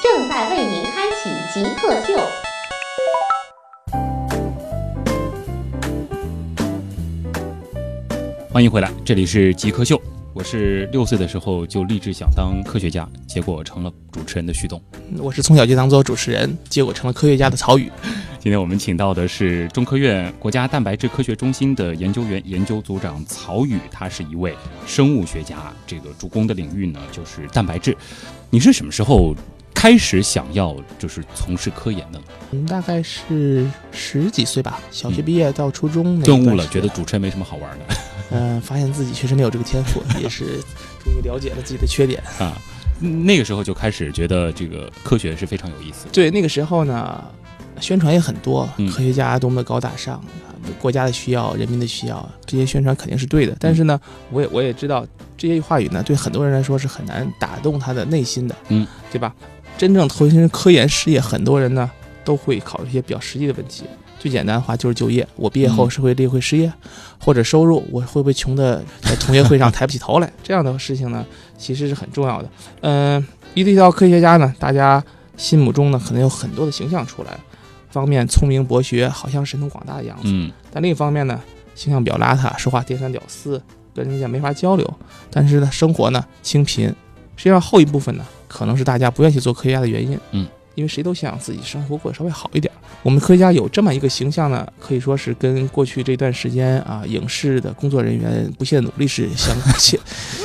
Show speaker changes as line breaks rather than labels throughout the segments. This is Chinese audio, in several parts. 正在为您开启极客秀。
欢迎回来，这里是极客秀。我是六岁的时候就立志想当科学家，结果成了主持人的旭东。
我是从小就当做主持人，结果成了科学家的曹宇。
今天我们请到的是中科院国家蛋白质科学中心的研究员、研究组长曹宇，他是一位生物学家，这个主攻的领域呢就是蛋白质。你是什么时候开始想要就是从事科研的呢？
嗯，大概是十几岁吧，小学毕业到初中那
嗯顿
一
悟
段
了，
时
觉
间
得主持人没什么好玩的
嗯、发现自己确实没有这个天赋，也是终于了解了自己的缺点。
啊。那个时候就开始觉得这个科学是非常有意思的。
对，那个时候呢，宣传也很多，
嗯
科学家多么的高大上啊，国家的需要、人民的需要，这些宣传肯定是
嗯
对的。但是呢，我也我也知道这些话语呢，对很多人来说是很难打动他的内心的，
嗯，
对吧？真正投身科研事业，很多人呢都会考虑一些比较实际的问题。最简单的话就是就业，我毕业后
嗯
是会立会失业，或者收入我会不会穷的在同学会上抬不起 头来？这样的事情呢，其实是很重要的。嗯、一提到科学家呢，大家心目中呢可能有很多的形象出来，一方面聪明博学，好像神通广大的样子；
嗯
但另一方面呢，形象比较邋遢，说话颠三倒四，跟人家没法交流。但是呢，生活呢清贫，实际上后一部分呢，可能是大家不愿意去做科学家的原因。
嗯。
因为谁都想自己生活过得稍微好一点儿。我们科学家有这么一个形象呢，可以说是跟过去这段时间啊，影视的工作人员不懈努力是相 切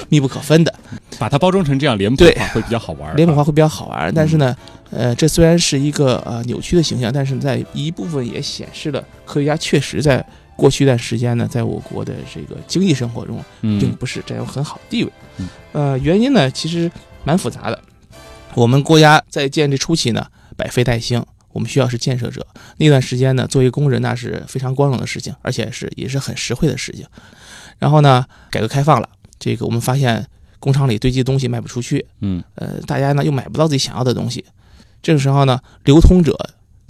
密不可分的。
把它包装成这样脸谱
对
化会比较好玩儿。
联盟化会比较好玩，但是呢，呃，这虽然是一个呃扭曲的形象，但是在一部分也显示了科学家确实在过去一段时间呢，在我国的这个经济生活中，并
嗯
不是占有很好的地位
嗯。
呃，原因呢，其实蛮复杂的。我们国家在建立初期呢，百废待兴。我们需要是建设者，那段时间呢，作为工人那是非常光荣的事情，而且是也是很实惠的事情。然后呢，改革开放了，这个我们发现工厂里堆积的东西卖不出去，
嗯，
呃，大家呢又买不到自己想要的东西，这个时候呢，流通者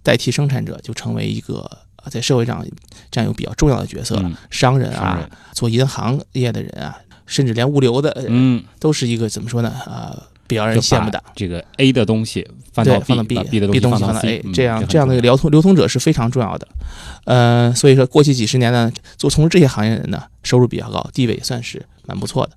代替生产者就成为一个呃在社会上占有比较重要的角色了，
嗯
商人啊
商，人
做银行业的人啊，甚至连物流的呃人，
嗯。
都是一个怎么说呢？呃，比让人
就
羡慕
把
的。
这个 A 的东西翻
对
到，
放到
B，把
B
B 的
东
东
西
放
放
到
到
C，嗯
哎这样
很
这样的
重要
流通流通者是非常重要的。呃，所以说过去几十年呢，做从事这些行业的人呢，收入比较高，地位也算是蛮不错的。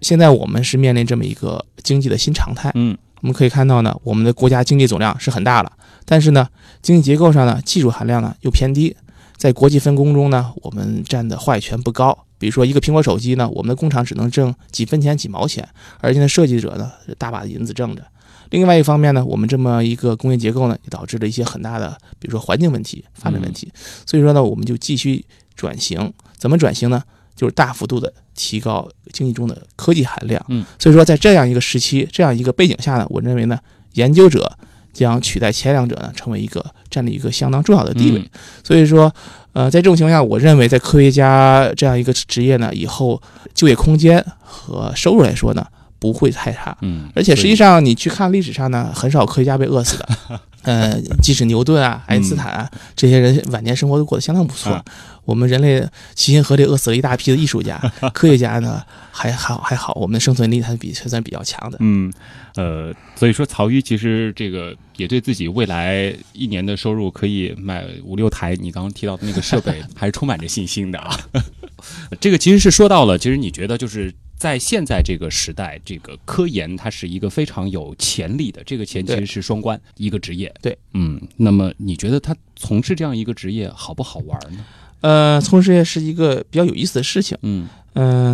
现在我们是面临这么一个经济的新常态，
嗯
我们可以看到呢，我们的国家经济总量是很大了，但是呢，经济结构上呢，技术含量呢又偏低，在国际分工中呢，我们占的话语权不高。比如说一个苹果手机呢，我们的工厂只能挣几分钱、几毛钱，而且呢，设计者呢是大把银子挣着。另外一方面呢，我们这么一个工业结构呢，也导致了一些很大的，比如说环境问题、发展问题。所以说呢，我们就继续转型。怎么转型呢？就是大幅度的提高经济中的科技含量。
嗯，
所以说在这样一个时期、这样一个背景下呢，我认为呢，研究者将取代前两者呢，成为一个占领一个相当重要的地位。
嗯
所以说，呃，在这种情况下，我认为在科学家这样一个职业呢，以后就业空间和收入来说呢，不会太差。
嗯，
而且实
所以
际上，你去看历史上呢，很少科学家被饿死的。 呃，即使牛顿啊、爱因斯坦
嗯
啊、这些人晚年生活都过得相当不错。
啊
我们人类齐心合力饿死了一大批的艺 术家、科学家呢，还好还好，我们的生存力还比还算比较强的。
嗯呃，所以说曹禺其实这个也对自己未来一年的收入可以买五六台你刚刚提到的那个设备，还是充满着信心的啊。 这个其实是说到了，其实你觉得就是。在现在这个时代，这个科研它是一个非常有潜力的，这个钱其实
对
是双关，一个职业。
对，
嗯，那么你觉得他从事这样一个职业好不好玩呢？
呃，从事业是一个比较有意思的事情。呃
嗯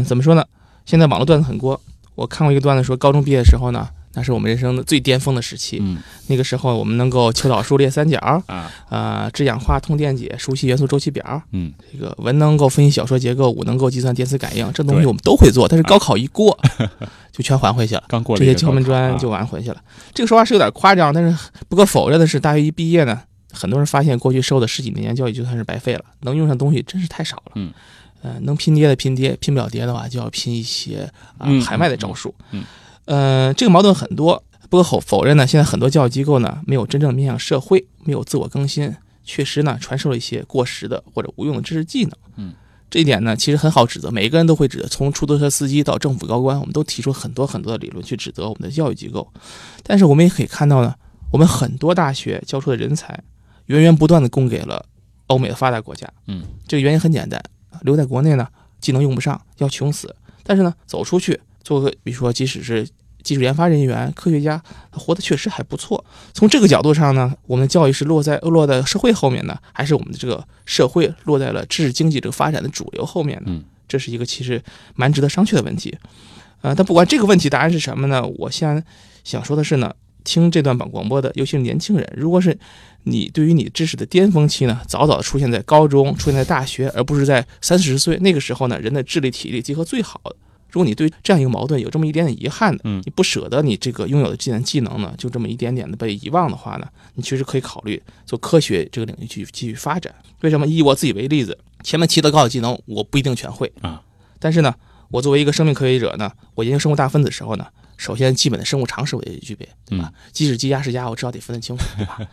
嗯、怎么说呢？现在网络段子很多，我看过一个段子说，高中毕业的时候呢，那是我们人生的最巅峰的时期。
嗯
那个时候，我们能够求导数列三角，
啊
呃，质氧化通电解，熟悉元素周期表，
嗯，
这个文能够分析小说结构，武能够计算电磁感应，这东西
对
我们都会做。但是高考一过， 就全还回去了。
刚过了
这
一
些
个
敲门砖
高考啊
就完回去了。这个说法是有点夸张，但是不可否认的是，大学一毕业呢，很多人发现过去受的十几年教育就算是白费了，能用上东西真是太少了。
嗯，
呃，能拼爹的拼爹，拼不了爹的话就要拼一些啊、
嗯
海外的招数。
嗯
呃，这个矛盾很多，不可否否认呢，现在很多教育机构呢没有真正面向社会，没有自我更新，确实呢传授了一些过时的或者无用的知识技能。
嗯。
这一点呢，其实很好指责，每个人都会指责，从出租车司机到政府高官，我们都提出很多很多的理论去指责我们的教育机构。但是我们也可以看到呢，我们很多大学教出的人才，源源不断的供给了欧美的发达国家。
嗯，
这个原因很简单，留在国内呢，技能用不上，要穷死；但是呢，走出去做个，比如说即使是技术研发人员、科学家，他活得确实还不错。从这个角度上呢，我们的教育是落在落在社会后面呢，还是我们的这个社会落在了知识经济这个发展的主流后面呢？
嗯
这是一个其实蛮值得商榷的问题。呃，但不管这个问题答案是什么呢，我先想说的是呢，听这段广广播的，尤其是年轻人，如果是你对于你知识的巅峰期呢，早早的出现在高中，出现在大学，而不是在三四十岁那个时候呢，人的智力体力集合最好的。如果你对这样一个矛盾有这么一点点遗憾的，
嗯
你不舍得你这个拥有的技能技能呢，就这么一点点的被遗忘的话呢，你其实可以考虑做科学这个领域去继续发展。为什么？以我自己为例子，前面提到高的技能我不一定全会
啊，
但是呢，我作为一个生命科学者呢，我研究生物大分子时候呢，首先基本的生物常识我得具备，
嗯
对吧？即使鸡鸭是鸭，我至少得分得清楚，对吧？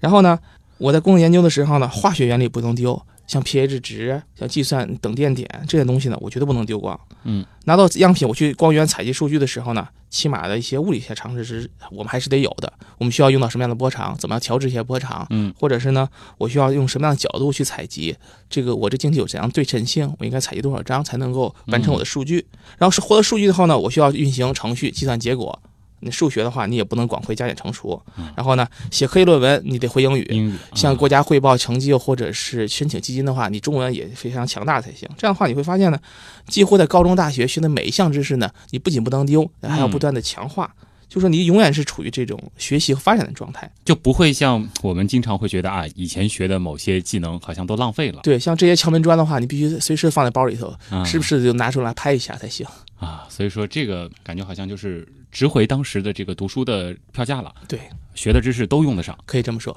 然后呢，我在工作研究的时候呢，化学原理不能丢，像 pH 值、像计算等电点这些东西呢，我绝对不能丢光。
嗯，
拿到样品我去光源采集数据的时候呢，起码的一些物理学常识是我们还是得有的。我们需要用到什么样的波长，怎么样调制一些波长，
嗯，
或者是呢，我需要用什么样的角度去采集，这个我这晶体有怎样对称性，我应该采集多少张才能够完成我的数据。然后是获得数据以后呢，我需要运行程序计算结果。你数学的话，你也不能光会加减乘除。然后呢，写科研论文你得会英语，
英语
向国家汇报成绩，又或者是申请基金的话，你中文也非常强大才行。这样的话，你会发现呢，几乎在高中、大学学的每一项知识呢，你不仅不能丢，还要不断的强化。就说你永远是处于这种学习和发展的状态。
就不会像我们经常会觉得啊，以前学的某些技能好像都浪费了，
对，像这些敲门砖的话，你必须随时放在包里头，
啊
时不时就拿出来拍一下才行。
啊，所以说这个感觉好像就是值回当时的这个读书的票价了，
对，
学的知识都用得上。
可以这么说。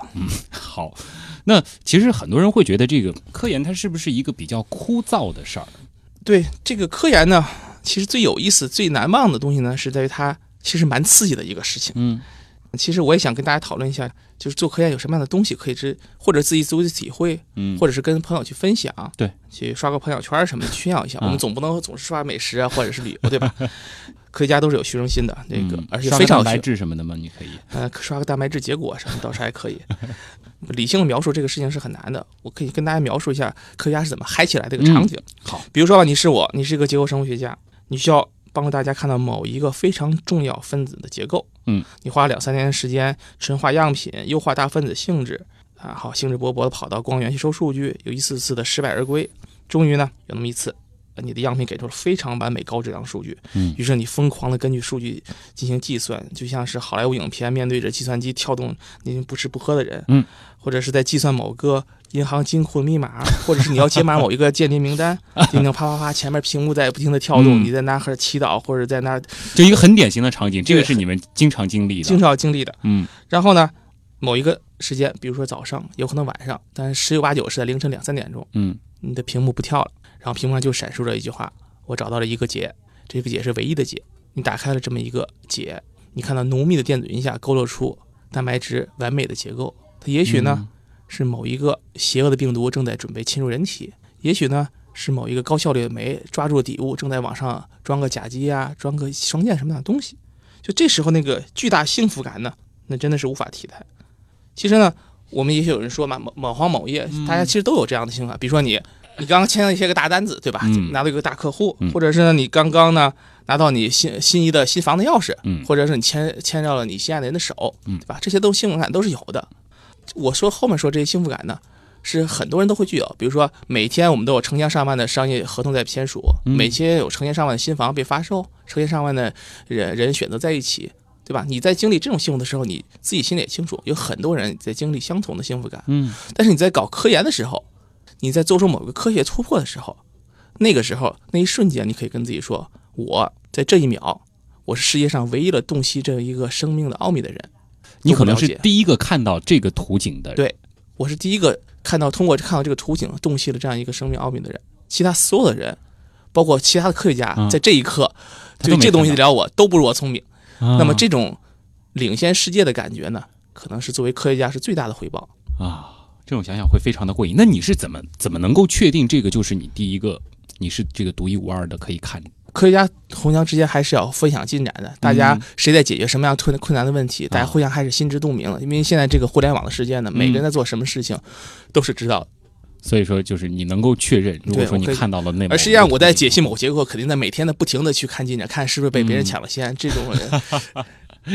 好，那其实很多人会觉得这个科研它是不是一个比较枯燥的事儿？
对这个科研呢，其实最有意思、最难忘的东西呢，是在于它其实蛮刺激的一个事情。
嗯
其实我也想跟大家讨论一下，就是做科研有什么样的东西可以知，或者自己做体会，
嗯，
或者是跟朋友去分享，
对，
去刷个朋友圈什么的炫耀一下。
啊
我们总不能总是刷美食啊，或者是旅游， 对吧？科学家都是有虚荣心的，那个、
嗯
而且
刷
非
个
常有
蛋白
虚，
质什么的吗？你可以，
呃，刷个蛋白质结果什么倒是还可以。理性的描述这个事情是很难的，我可以跟大家描述一下科学家是怎么嗨起来这个场景。
嗯好，
比如说吧，你是我，你是一个结构生物学家，你需要帮助大家看到某一个非常重要分子的结构。
嗯，
你花两三年的时间纯化样品，优化大分子性质，啊，好兴致勃勃地跑到光源去收数据，又一次次的失败而归。终于呢，有那么一次，呃你的样品给出了非常完美、高质量数据。
嗯
于是你疯狂的根据数据进行计算，就像是好莱坞影片面对着计算机跳动那些不吃不喝的人，
嗯，
或者是在计算某个银行金库的密码，或者是你要解码某一个间谍名 单，就那种啪啪啪，前面屏幕在不停的跳动，
嗯
你在那儿祈祷或者在那儿
就一个很典型 的场景，这个
对
是你们经常经 历的。
经常要经历的。
嗯
然后呢，某一个时间，比如说早上，有可能晚上，但是十有八九是在凌晨两三点钟，
嗯
你的屏幕不跳了，然后屏幕上就闪烁着一句话：“我找到了一个解，这个解是唯一的解。”你打开了这么一个解，你看到浓密的电子云下勾勒出蛋白质完美的结构，它也许呢、是某一个邪恶的病毒正在准备侵入人体，也许呢是某一个高效率的酶抓住了底物，正在往上装个甲基啊，装个双键什么样的东西。就这时候那个巨大幸福感呢，那真的是无法替代。其实呢，我们也许有人说嘛，某某行某业，大家其实都有这样的情感。比如说你，你刚刚签了一些个大单子，对吧？
嗯
拿到一个大客户，
嗯
或者是呢，你刚刚呢拿到你心心仪的新房的钥匙，
嗯
或者是你牵牵到了你心爱的人的手，
嗯
对吧？这些都幸福感都是有的。我说后面说这些幸福感呢，是很多人都会具有。比如说，每天我们都有成千上万的商业合同在签署，
嗯
每天有成千上万的新房被发售，成千上万的人人选择在一起。对吧？你在经历这种幸福的时候，你自己心里也清楚，有很多人在经历相同的幸福感。
嗯，
但是你在搞科研的时候，你在做出某个科学突破的时候，那个时候那一瞬间，你可以跟自己说：我在这一秒，我是世界上唯一的洞悉这一个生命的奥秘的人。
你可能是
都不了解
第一个看到这个图景的人。
对我是第一个看到通过看到这个图景洞悉了这样一个生命奥秘的人。其他所有的人，包括其他的科学家，
嗯
在这一刻
他都
对
没
这东西
看
的
到
了我都不如我聪明。
啊
那么这种领先世界的感觉呢，可能是作为科学家是最大的回报。
啊，这种想想会非常的过瘾。那你是怎么怎么能够确定这个就是你第一个，你是这个独一无二的可以看？
科学家互相之间还是要分享进展的，大家
嗯
谁在解决什么样困困难的问题，大家互相还是心知肚明的。因为现在这个互联网的世界
嗯
呢，每个人在做什么事情都是知道的。
所以说就是你能够确认，如果
对
说你
我可以
看到了那，
而实际上，我在解析某结果，肯定在每天的不停的去看进展，看是不是被别人
嗯
抢了先。这种 人，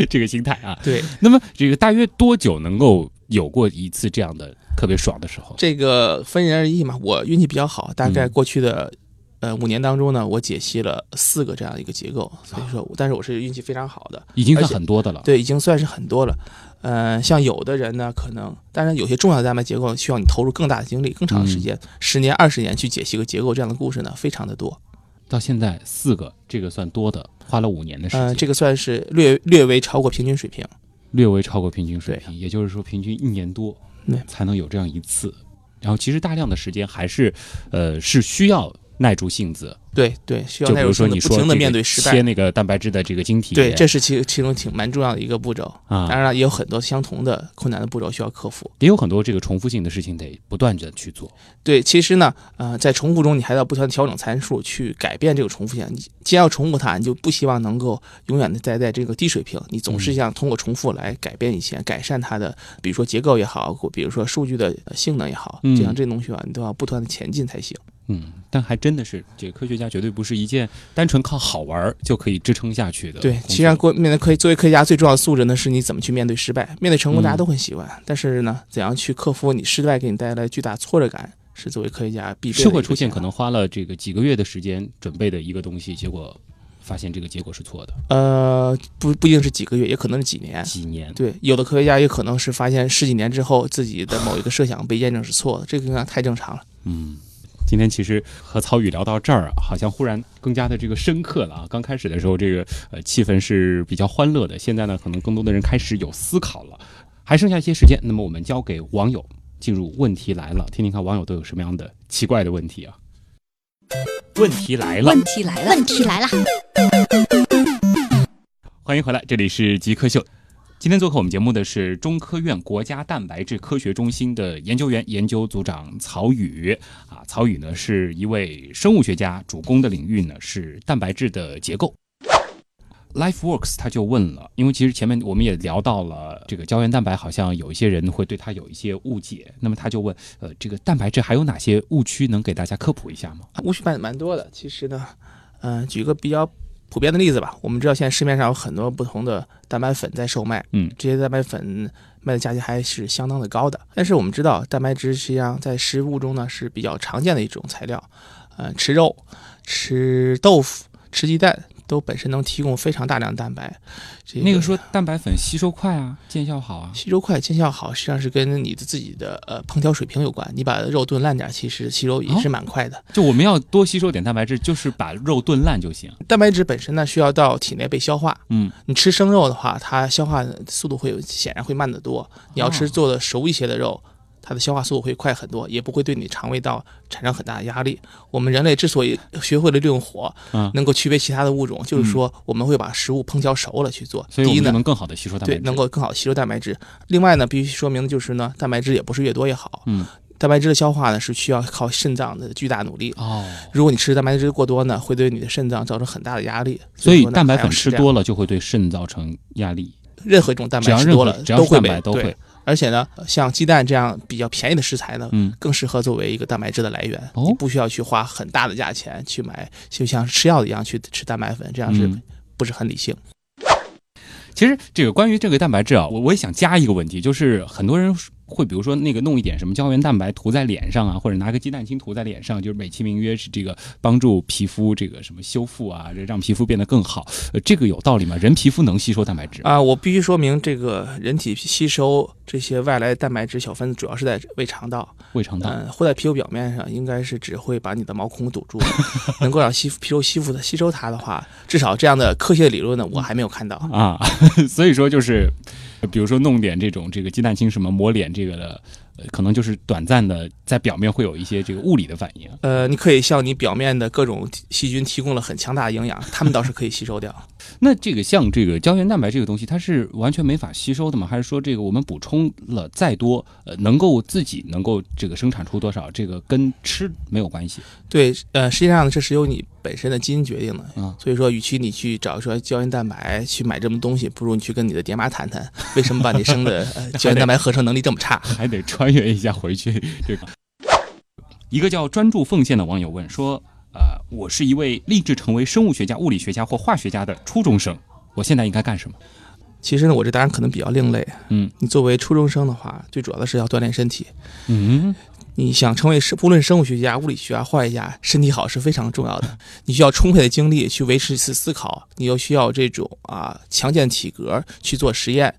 这个心态啊。
对
那么这个大约多久能够有过一次这样的特别爽的时候？
这个分人而异嘛。我运气比较好，大概
嗯
过去的。呃，五年当中呢，我解析了四个这样一个结构，所以说，但是我是运气非常好的，
已经
而
算
且
很多的了。
对，已经算是很多了。呃，像有的人呢，可能当然有些重要的蛋白结构需要你投入更大的精力、更长的时
嗯
间，十、年、二十年去解析个结构，这样的故事呢非常的多。
到现在四个，这个算多的，花了五年的时间，
呃，这个算是略略微超过平均水平。
略微超过平均水
对
平，也就是说平均一年多
对
才能有这样一次。然后其实大量的时间还是，呃，是需要耐住性子，
对对，需要
就比
耐
如
住
说
性
你
子，不
说
停的
这
面
个
对失
切
败。
那个蛋白质的这个晶体，
对，这是其其中挺蛮重要的一个步骤。当
啊，
然了，也有很多相同的困难的步骤需要克服。
也有很多这个重复性的事情得不断的去做。
对，其实呢，呃，在重复中，你还要不断地调整参数去改变这个重复性。你既然要重复它，你就不希望能够永远的待在这个低水平，你总是
嗯
想通过重复来改变一些、改善它的，比如说结构也好，或比如说数据的呃性能也好，
嗯
这样这些东西啊，你都要不断的前进才行。
嗯，但还真的是，这个科学家绝对不是一件单纯靠好玩儿就可以支撑下去的工作。
对，其实上过面对科作为科学家最重要的素质呢，是你怎么去面对失败。面对成
嗯
功，大家都很喜欢，但是呢，怎样去克服你失败给你带来的巨大挫折感，是作为科学家必备的
是
一个
会出现
技
可
能。
能花了这个几个月的时间准备的一个东西，结果发现这个结果是错的，
呃，不不一定是几个月，也可能是几年。
几年。
对，有的科学家也可能是发现十几年之后自己的某一个设想被验证是错的，这个应该太正常了。
嗯，今天其实和曹宇聊到这儿啊，好像忽然更加的这个深刻了啊。刚开始的时候，这个呃气氛是比较欢乐的，现在呢，可能更多的人开始有思考了。还剩下一些时间，那么我们交给网友进入问题来了，听听看网友都有什么样的奇怪的问题啊。问题来了，
问题来了，问题来了，
欢迎回来，这里是极客秀。今天做客我们节目的是中科院国家蛋白质科学中心的研究员、研究组长曹宇啊。曹宇呢是一位生物学家，主攻的领域呢是蛋白质的结构。LifeWorks 他就问了，因为其实前面我们也聊到了这个胶原蛋白，好像有一些人会对它有一些误解。那么他就问，呃，这个蛋白质还有哪些误区能给大家科普一下吗？
误啊区蛮蛮多的，其实呢，呃，举个比较普遍的例子吧，我们知道现在市面上有很多不同的蛋白粉在售卖，
嗯，
这些蛋白粉卖的价钱还是相当的高的。但是我们知道，蛋白质实际上在食物中呢是比较常见的一种材料，呃，吃肉、吃豆腐、吃鸡蛋都本身能提供非常大量的蛋白。这
那个说蛋白粉吸收快啊，见效好啊，
吸收快、见效好，实际上是跟你的自己的呃烹调水平有关。你把肉炖烂点儿，其实吸收
哦
也是蛮快的。
就我们要多吸收点蛋白质，就是把肉炖烂就行。
蛋白质本身呢，需要到体内被消化。
嗯，
你吃生肉的话，它消化速度会有显然会慢得多。你要
哦
吃做的熟一些的肉，它的消化速度会快很多，也不会对你肠胃道产生很大的压力。我们人类之所以学会了利用火，
嗯
能够区别其他的物种，就是说我们会把食物烹调熟了去做。
所以
第一
我们就
呢
能。更好的吸收蛋白
对，
质。
能够更好地吸收蛋白质。另外呢，必须说明的就是呢，蛋白质也不是越多越好，
嗯，
蛋白质的消化呢是需要靠肾脏的巨大努力。
哦，
如果你吃蛋白质过多呢，会对你的肾脏造成很大的压力。
所以
说呢
蛋白
还
粉
要适
吃
量
多了就会对肾造成压力，
任何一种蛋
只
白
要
吃
任
多
何
了
只要是蛋
被
白都
对
会。
而且呢，像鸡蛋这样比较便宜的食材呢，
嗯，
更适合作为一个蛋白质的来源。
哦
你不需要去花很大的价钱去买，就像吃药一样去吃蛋白粉，这样是
嗯
不是很理性？
其实这个关于这个蛋白质啊，我我也想加一个问题，就是很多人会比如说那个弄一点什么胶原蛋白涂在脸上啊，或者拿个鸡蛋清涂在脸上，就是美其名曰是这个帮助皮肤这个什么修复啊，这让皮肤变得更好。呃，这个有道理吗？人皮肤能吸收蛋白质？
啊，我必须说明，这个人体吸收这些外来蛋白质小分子，主要是在胃肠道。
胃肠道
嗯，糊在皮肤表面上，应该是只会把你的毛孔堵住。能够让吸皮肤吸附它、吸收它的话，至少这样的科学理论呢，我还没有看到。
啊， 所以说就是，比如说弄点这种这个鸡蛋清什么抹脸这个的，呃可能就是短暂的在表面会有一些这个物理的反应。
呃，你可以向你表面的各种细菌提供了很强大的营养，它们倒是可以吸收掉。
那这个像这个胶原蛋白这个东西，它是完全没法吸收的吗？还是说这个我们补充了再多，呃，能够自己能够这个生产出多少，这个跟吃没有关系？
对，呃，实际上呢，这是由你本身的基因决定的。
啊
所以说，与其你去找说胶原蛋白去买这么东西，不如你去跟你的爹妈谈谈， 为什么把你生的、呃、胶原蛋白合成能力这么差。
还得穿越一下回去。这个，一个叫专注奉献的网友问说：“呃，我是一位立志成为生物学家、物理学家或化学家的初中生，我现在应该干什么
其实呢，我这答案可能比较另类。
嗯，
你作为初中生的话，最主要的是要锻炼身体。？”
嗯，
你想成为生，无论生物学家、物理学家、化学家，身体好是非常重要的。你需要充沛的精力去维持思思考，你又需要这种啊强健体格去做实验、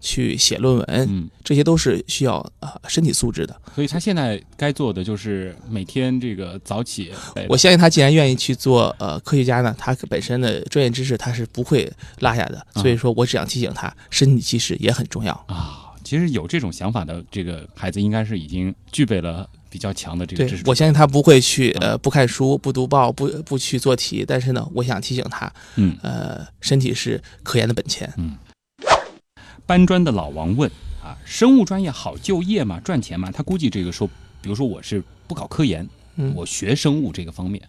去写论文，
嗯，
这些都是需要啊身体素质的。
所以他现在该做的就是每天这个早起。哎
我相信他既然愿意去做呃科学家呢，他本身的专业知识他是不会落下的。
嗯
所以说我只想提醒他，身体其实也很重要。
啊，其实有这种想法的这个孩子，应该是已经具备了比较强的这个
对
知识，储
我相信他不会去呃不看书、不读报、不不去做题，但是呢，我想提醒他，
嗯，
呃，身体是科研的本钱。
搬砖的老王问啊，生物专业好就业吗？赚钱吗？他估计这个说，比如说我是不搞科研，
嗯
我学生物这个方面，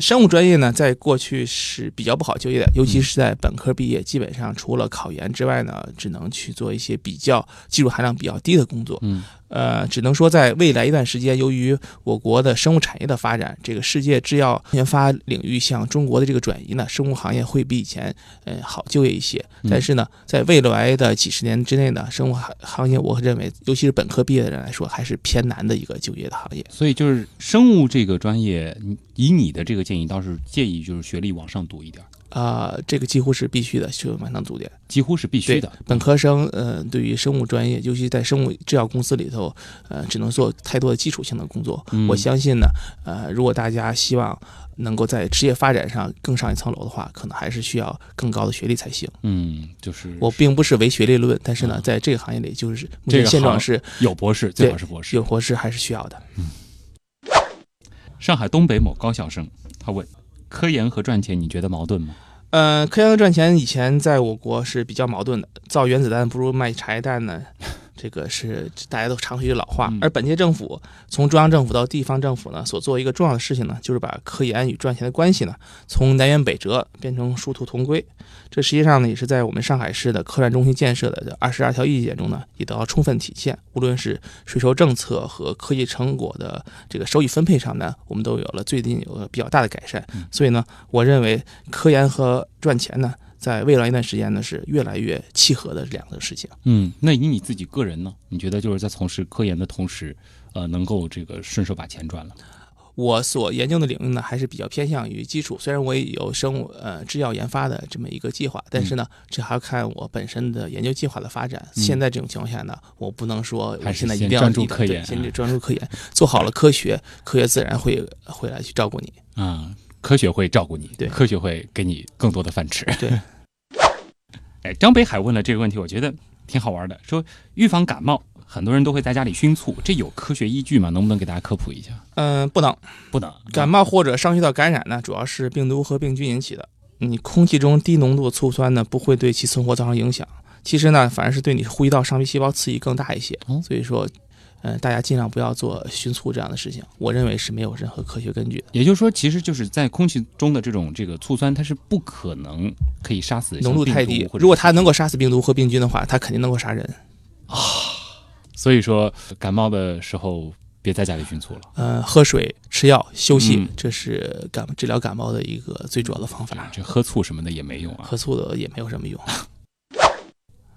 生物专业呢，在过去是比较不好就业的，尤
嗯
其是在本科毕业，基本上除了考研之外呢，只能去做一些比较技术含量比较低的工作。
嗯，
呃，只能说在未来一段时间，由于我国的生物产业的发展，这个世界制药研发领域向中国的这个转移呢，生物行业会比以前呃好就业一些。
嗯
但是呢，在未来的几十年之内呢，生物行行业，我认为，尤其是本科毕业的人来说，还是偏难的一个就业的行业。
所以就是生物这个专业，你以你的这个建议，倒是建议就是学历往上读一点儿，
啊、这个几乎是必须的，去完成组点。
几乎是必须
对
的。
本科生，呃，对于生物专业，尤其在生物制药公司里头，呃，只能做太多的基础性的工作。
嗯
我相信呢，呃，如果大家希望能够在职业发展上更上一层楼的话，可能还是需要更高的学历才行。
嗯，就是
我并不是唯学历论，但是呢
嗯，
在这个行业里，就是目
这
前
个
现状
行
是
有博士，最好是博士
有。博士还是需要的。
上海东北某高校生，他问：科研和赚钱，你觉得矛盾吗？
呃，科研和赚钱以前在我国是比较矛盾的，造原子弹不如卖茶叶蛋呢，这个是大家都常识的老话
嗯。
而本届政府从中央政府到地方政府呢，所做一个重要的事情呢，就是把科研与赚钱的关系呢，从南辕北辙变成殊途同归。这实际上呢，也是在我们上海市的科战中心建设的二十二条意见中呢，也得到充分体现。无论是税收政策和科技成果的这个收益分配上呢，我们都有了最近有了比较大的改善。所以呢，我认为科研和赚钱呢，在未来一段时间呢是越来越契合的两个事情。
嗯，那以你自己个人呢？你觉得就是在从事科研的同时，呃，能够这个顺手把钱赚了？
我所研究的领域呢，还是比较偏向于基础。虽然我也有生物呃制药研发的这么一个计划，但是呢，这还要看我本身的研究计划的发展。
嗯
现在这种情况下呢，我不能说
还
我
是
现在一定
先
要
专注
一定
科
对
研啊
先专注科研，做好了科学，科学自然会会来去照顾你。
啊、科学会照顾你，
对
科学会给你更多的饭吃。
对，
哎，张北海问了这个问题，我觉得挺好玩的，说预防感冒，很多人都会在家里熏醋，这有科学依据吗？能不能给大家科普一下？
嗯、不能
不能，
感冒或者上呼吸道感染呢，主要是病毒和病菌引起的。你空气中低浓度的醋酸呢，不会对其存活造成影响。其实呢，反而是对你呼吸道上皮细胞刺激更大一些
哦。
所以说，呃，大家尽量不要做熏醋这样的事情，我认为是没有任何科学根据的。
也就是说，其实就是在空气中的这种这个醋酸，它是不可能可以杀死
浓度
像病
太
毒
低，
或者
如果
是
它能够杀死病毒和病菌的话，它肯定能够杀人。
所以说感冒的时候别在家里熏醋了。
呃，喝水、吃药、休息，
嗯
这是感治疗感冒的一个最主要的方法。
这喝醋什么的也没用啊。
喝醋的也没有什么用。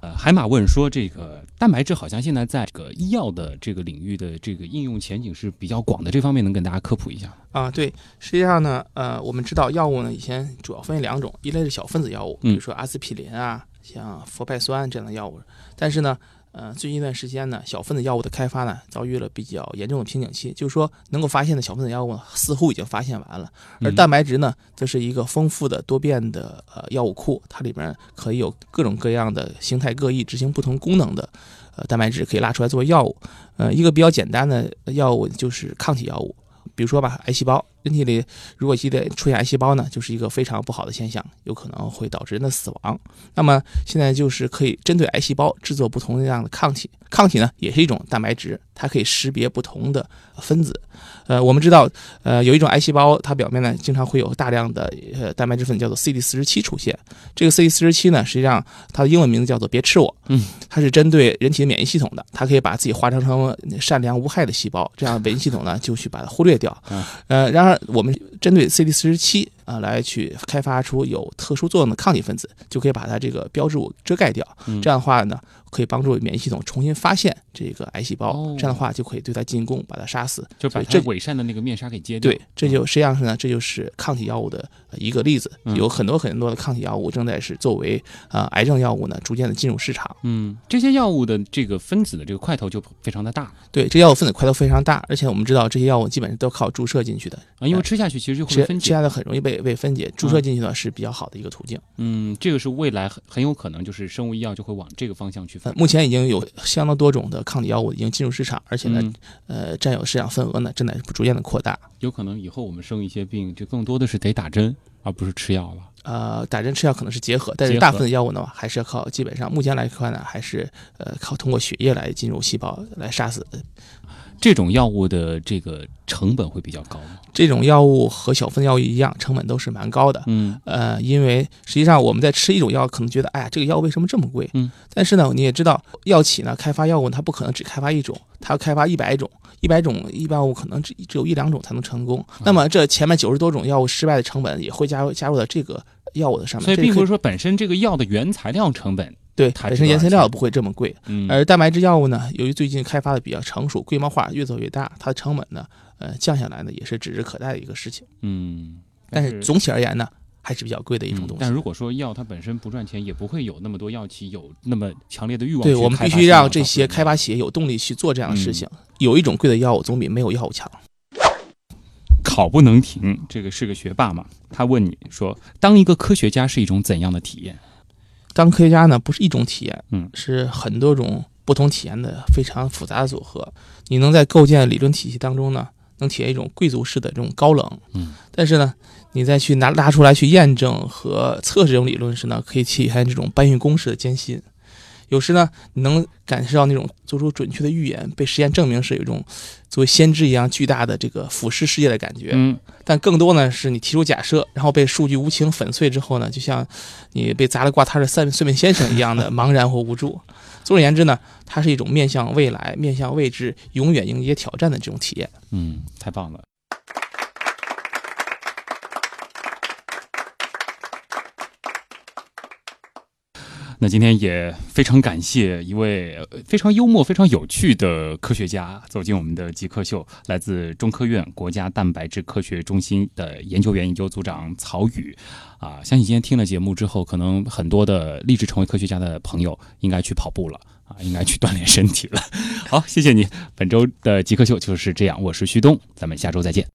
呃，海马问说这个蛋白质好像现在在这个医药的这个领域的这个应用前景是比较广的，这方面能跟大家科普一下吗？
啊，对，实际上呢，呃，我们知道药物呢，以前主要分为两种，一类是小分子药物，比如
嗯
说阿司匹林啊，像氟哌酸这样的药物。但是呢，呃，最近一段时间呢，小分子药物的开发呢，遭遇了比较严重的瓶颈期，就是说能够发现的小分子药物呢似乎已经发现完了，而
嗯
蛋白质呢，这是一个丰富的多变的呃药物库，它里面可以有各种各样的形态各异、执行不同功能的呃蛋白质可以拉出来作为药物。呃，一个比较简单的药物就是抗体药物，比如说吧，癌细胞，人体里如果一旦出现癌细胞呢，就是一个非常不好的现象，有可能会导致人的死亡。那么现在就是可以针对癌细胞制作不同样的抗体，抗体呢也是一种蛋白质，它可以识别不同的分子。呃，我们知道，呃，有一种癌细胞，它表面呢经常会有大量的呃蛋白质分子，叫做 CD 四十七出现。这个 CD 四十七呢，实际上它的英文名字叫做“别吃我”，
嗯，
它是针对人体的免疫系统的，它可以把自己化妆成善良无害的细胞，这样免疫 系统呢就去把它忽略掉。
嗯
呃，然而我们针对 CD 四十七啊来去开发出有特殊作用的抗体分子，就可以把它这个标志物遮盖掉。
嗯
这样的话呢，可以帮助免疫系统重新发现这个癌细胞，
哦
这样的话就可以对它进攻，把它杀死。
就把
对
它
这
伪善的那个面纱给揭掉。
对，这就实际上是呢，这就是抗体药物的呃一个例子，
嗯
有很多很多的抗体药物正在是作为呃癌症药物呢，逐渐的进入市场。
嗯，这些药物的这个分子的这个块头就非常的大
对，这药物分子块头非常大，而且我们知道这些药物基本上都靠注射进去的，
啊，因为
哎
吃下去其实就
这
会分
这
解。
样的很容易被被分解，注射进去呢是比较好的一个途径。
嗯，这个是未来很很有可能就是生物医药就会往这个方向去发
呃，目前已经有相当多种的抗体药物已经进入市场，而且呢，
嗯
呃，占有市场份额呢正在逐渐的扩大。
有可能以后我们生一些病，就更多的是得打针，而不是吃药了。
呃，打针吃药可能是结合，但
结
是
合
大部分药物呢，还是要靠基本上目前来看呢，还是呃靠通过血液来进入细胞来杀死。
这种药物的这个成本会比较高吗？
这种药物和小分子药物一样，成本都是蛮高的。
嗯，
呃，因为实际上我们在吃一种药，可能觉得，哎呀，这个药为什么这么贵？
嗯，
但是呢，你也知道，药企呢开发药物，它不可能只开发一种，它要开发一百种，一百种一般药物可能只只有一两种才能成功。
嗯
那么这前面九十多种药物失败的成本也会加入加入到这个药物的上面，
所以
这个
并
可
不是说本身这个药的原材料成本，
对
它
本
知
身
道
原材
而
料
且
不会这么贵，
嗯，
而蛋白质药物呢，由于最近开发的比较成熟，规模化越做越大，它的成本呢，呃，降下来呢也是指日可待的一个事情。
嗯，
但是总体而言呢，还是比较贵的一种
嗯
东西。
但如果说药它本身不赚钱，也不会有那么多药企有那么强烈的欲望去
对
开发新药。
我们必须让这些
它会
开发企业有动力去做这样的
嗯
事情。有一种贵的药物总比没有药物强。
考不能停，这个是个学霸嘛？他问你说，当一个科学家是一种怎样的体验？
当科学家呢，不是一种体验，
嗯
是很多种不同体验的非常复杂的组合。你能在构建理论体系当中呢，能体验一种贵族式的这种高冷，
嗯，
但是呢，你再去拿拉出来去验证和测试这种理论时呢，可以体验这种搬运工式的艰辛。有时呢，你能感受到那种做出准确的预言、被实验证明时，有一种作为先知一样巨大的这个俯视世界的感觉。
嗯，
但更多呢是你提出假设，然后被数据无情粉碎之后呢，就像你被砸了挂摊的散碎面先生一样的茫然或无助。 总而言之呢，它是一种面向未来、面向未知、永远迎接挑战的这种体验。
嗯，太棒了。那今天也非常感谢一位呃非常幽默、非常有趣的科学家走进我们的极客秀，来自中科院国家蛋白质科学中心的研究员、研究组长曹宇。啊，相信今天听了节目之后，可能很多的立志成为科学家的朋友应该去跑步了啊，应该去锻炼身体了。好，谢谢你。本周的极客秀就是这样，我是旭东，咱们下周再见。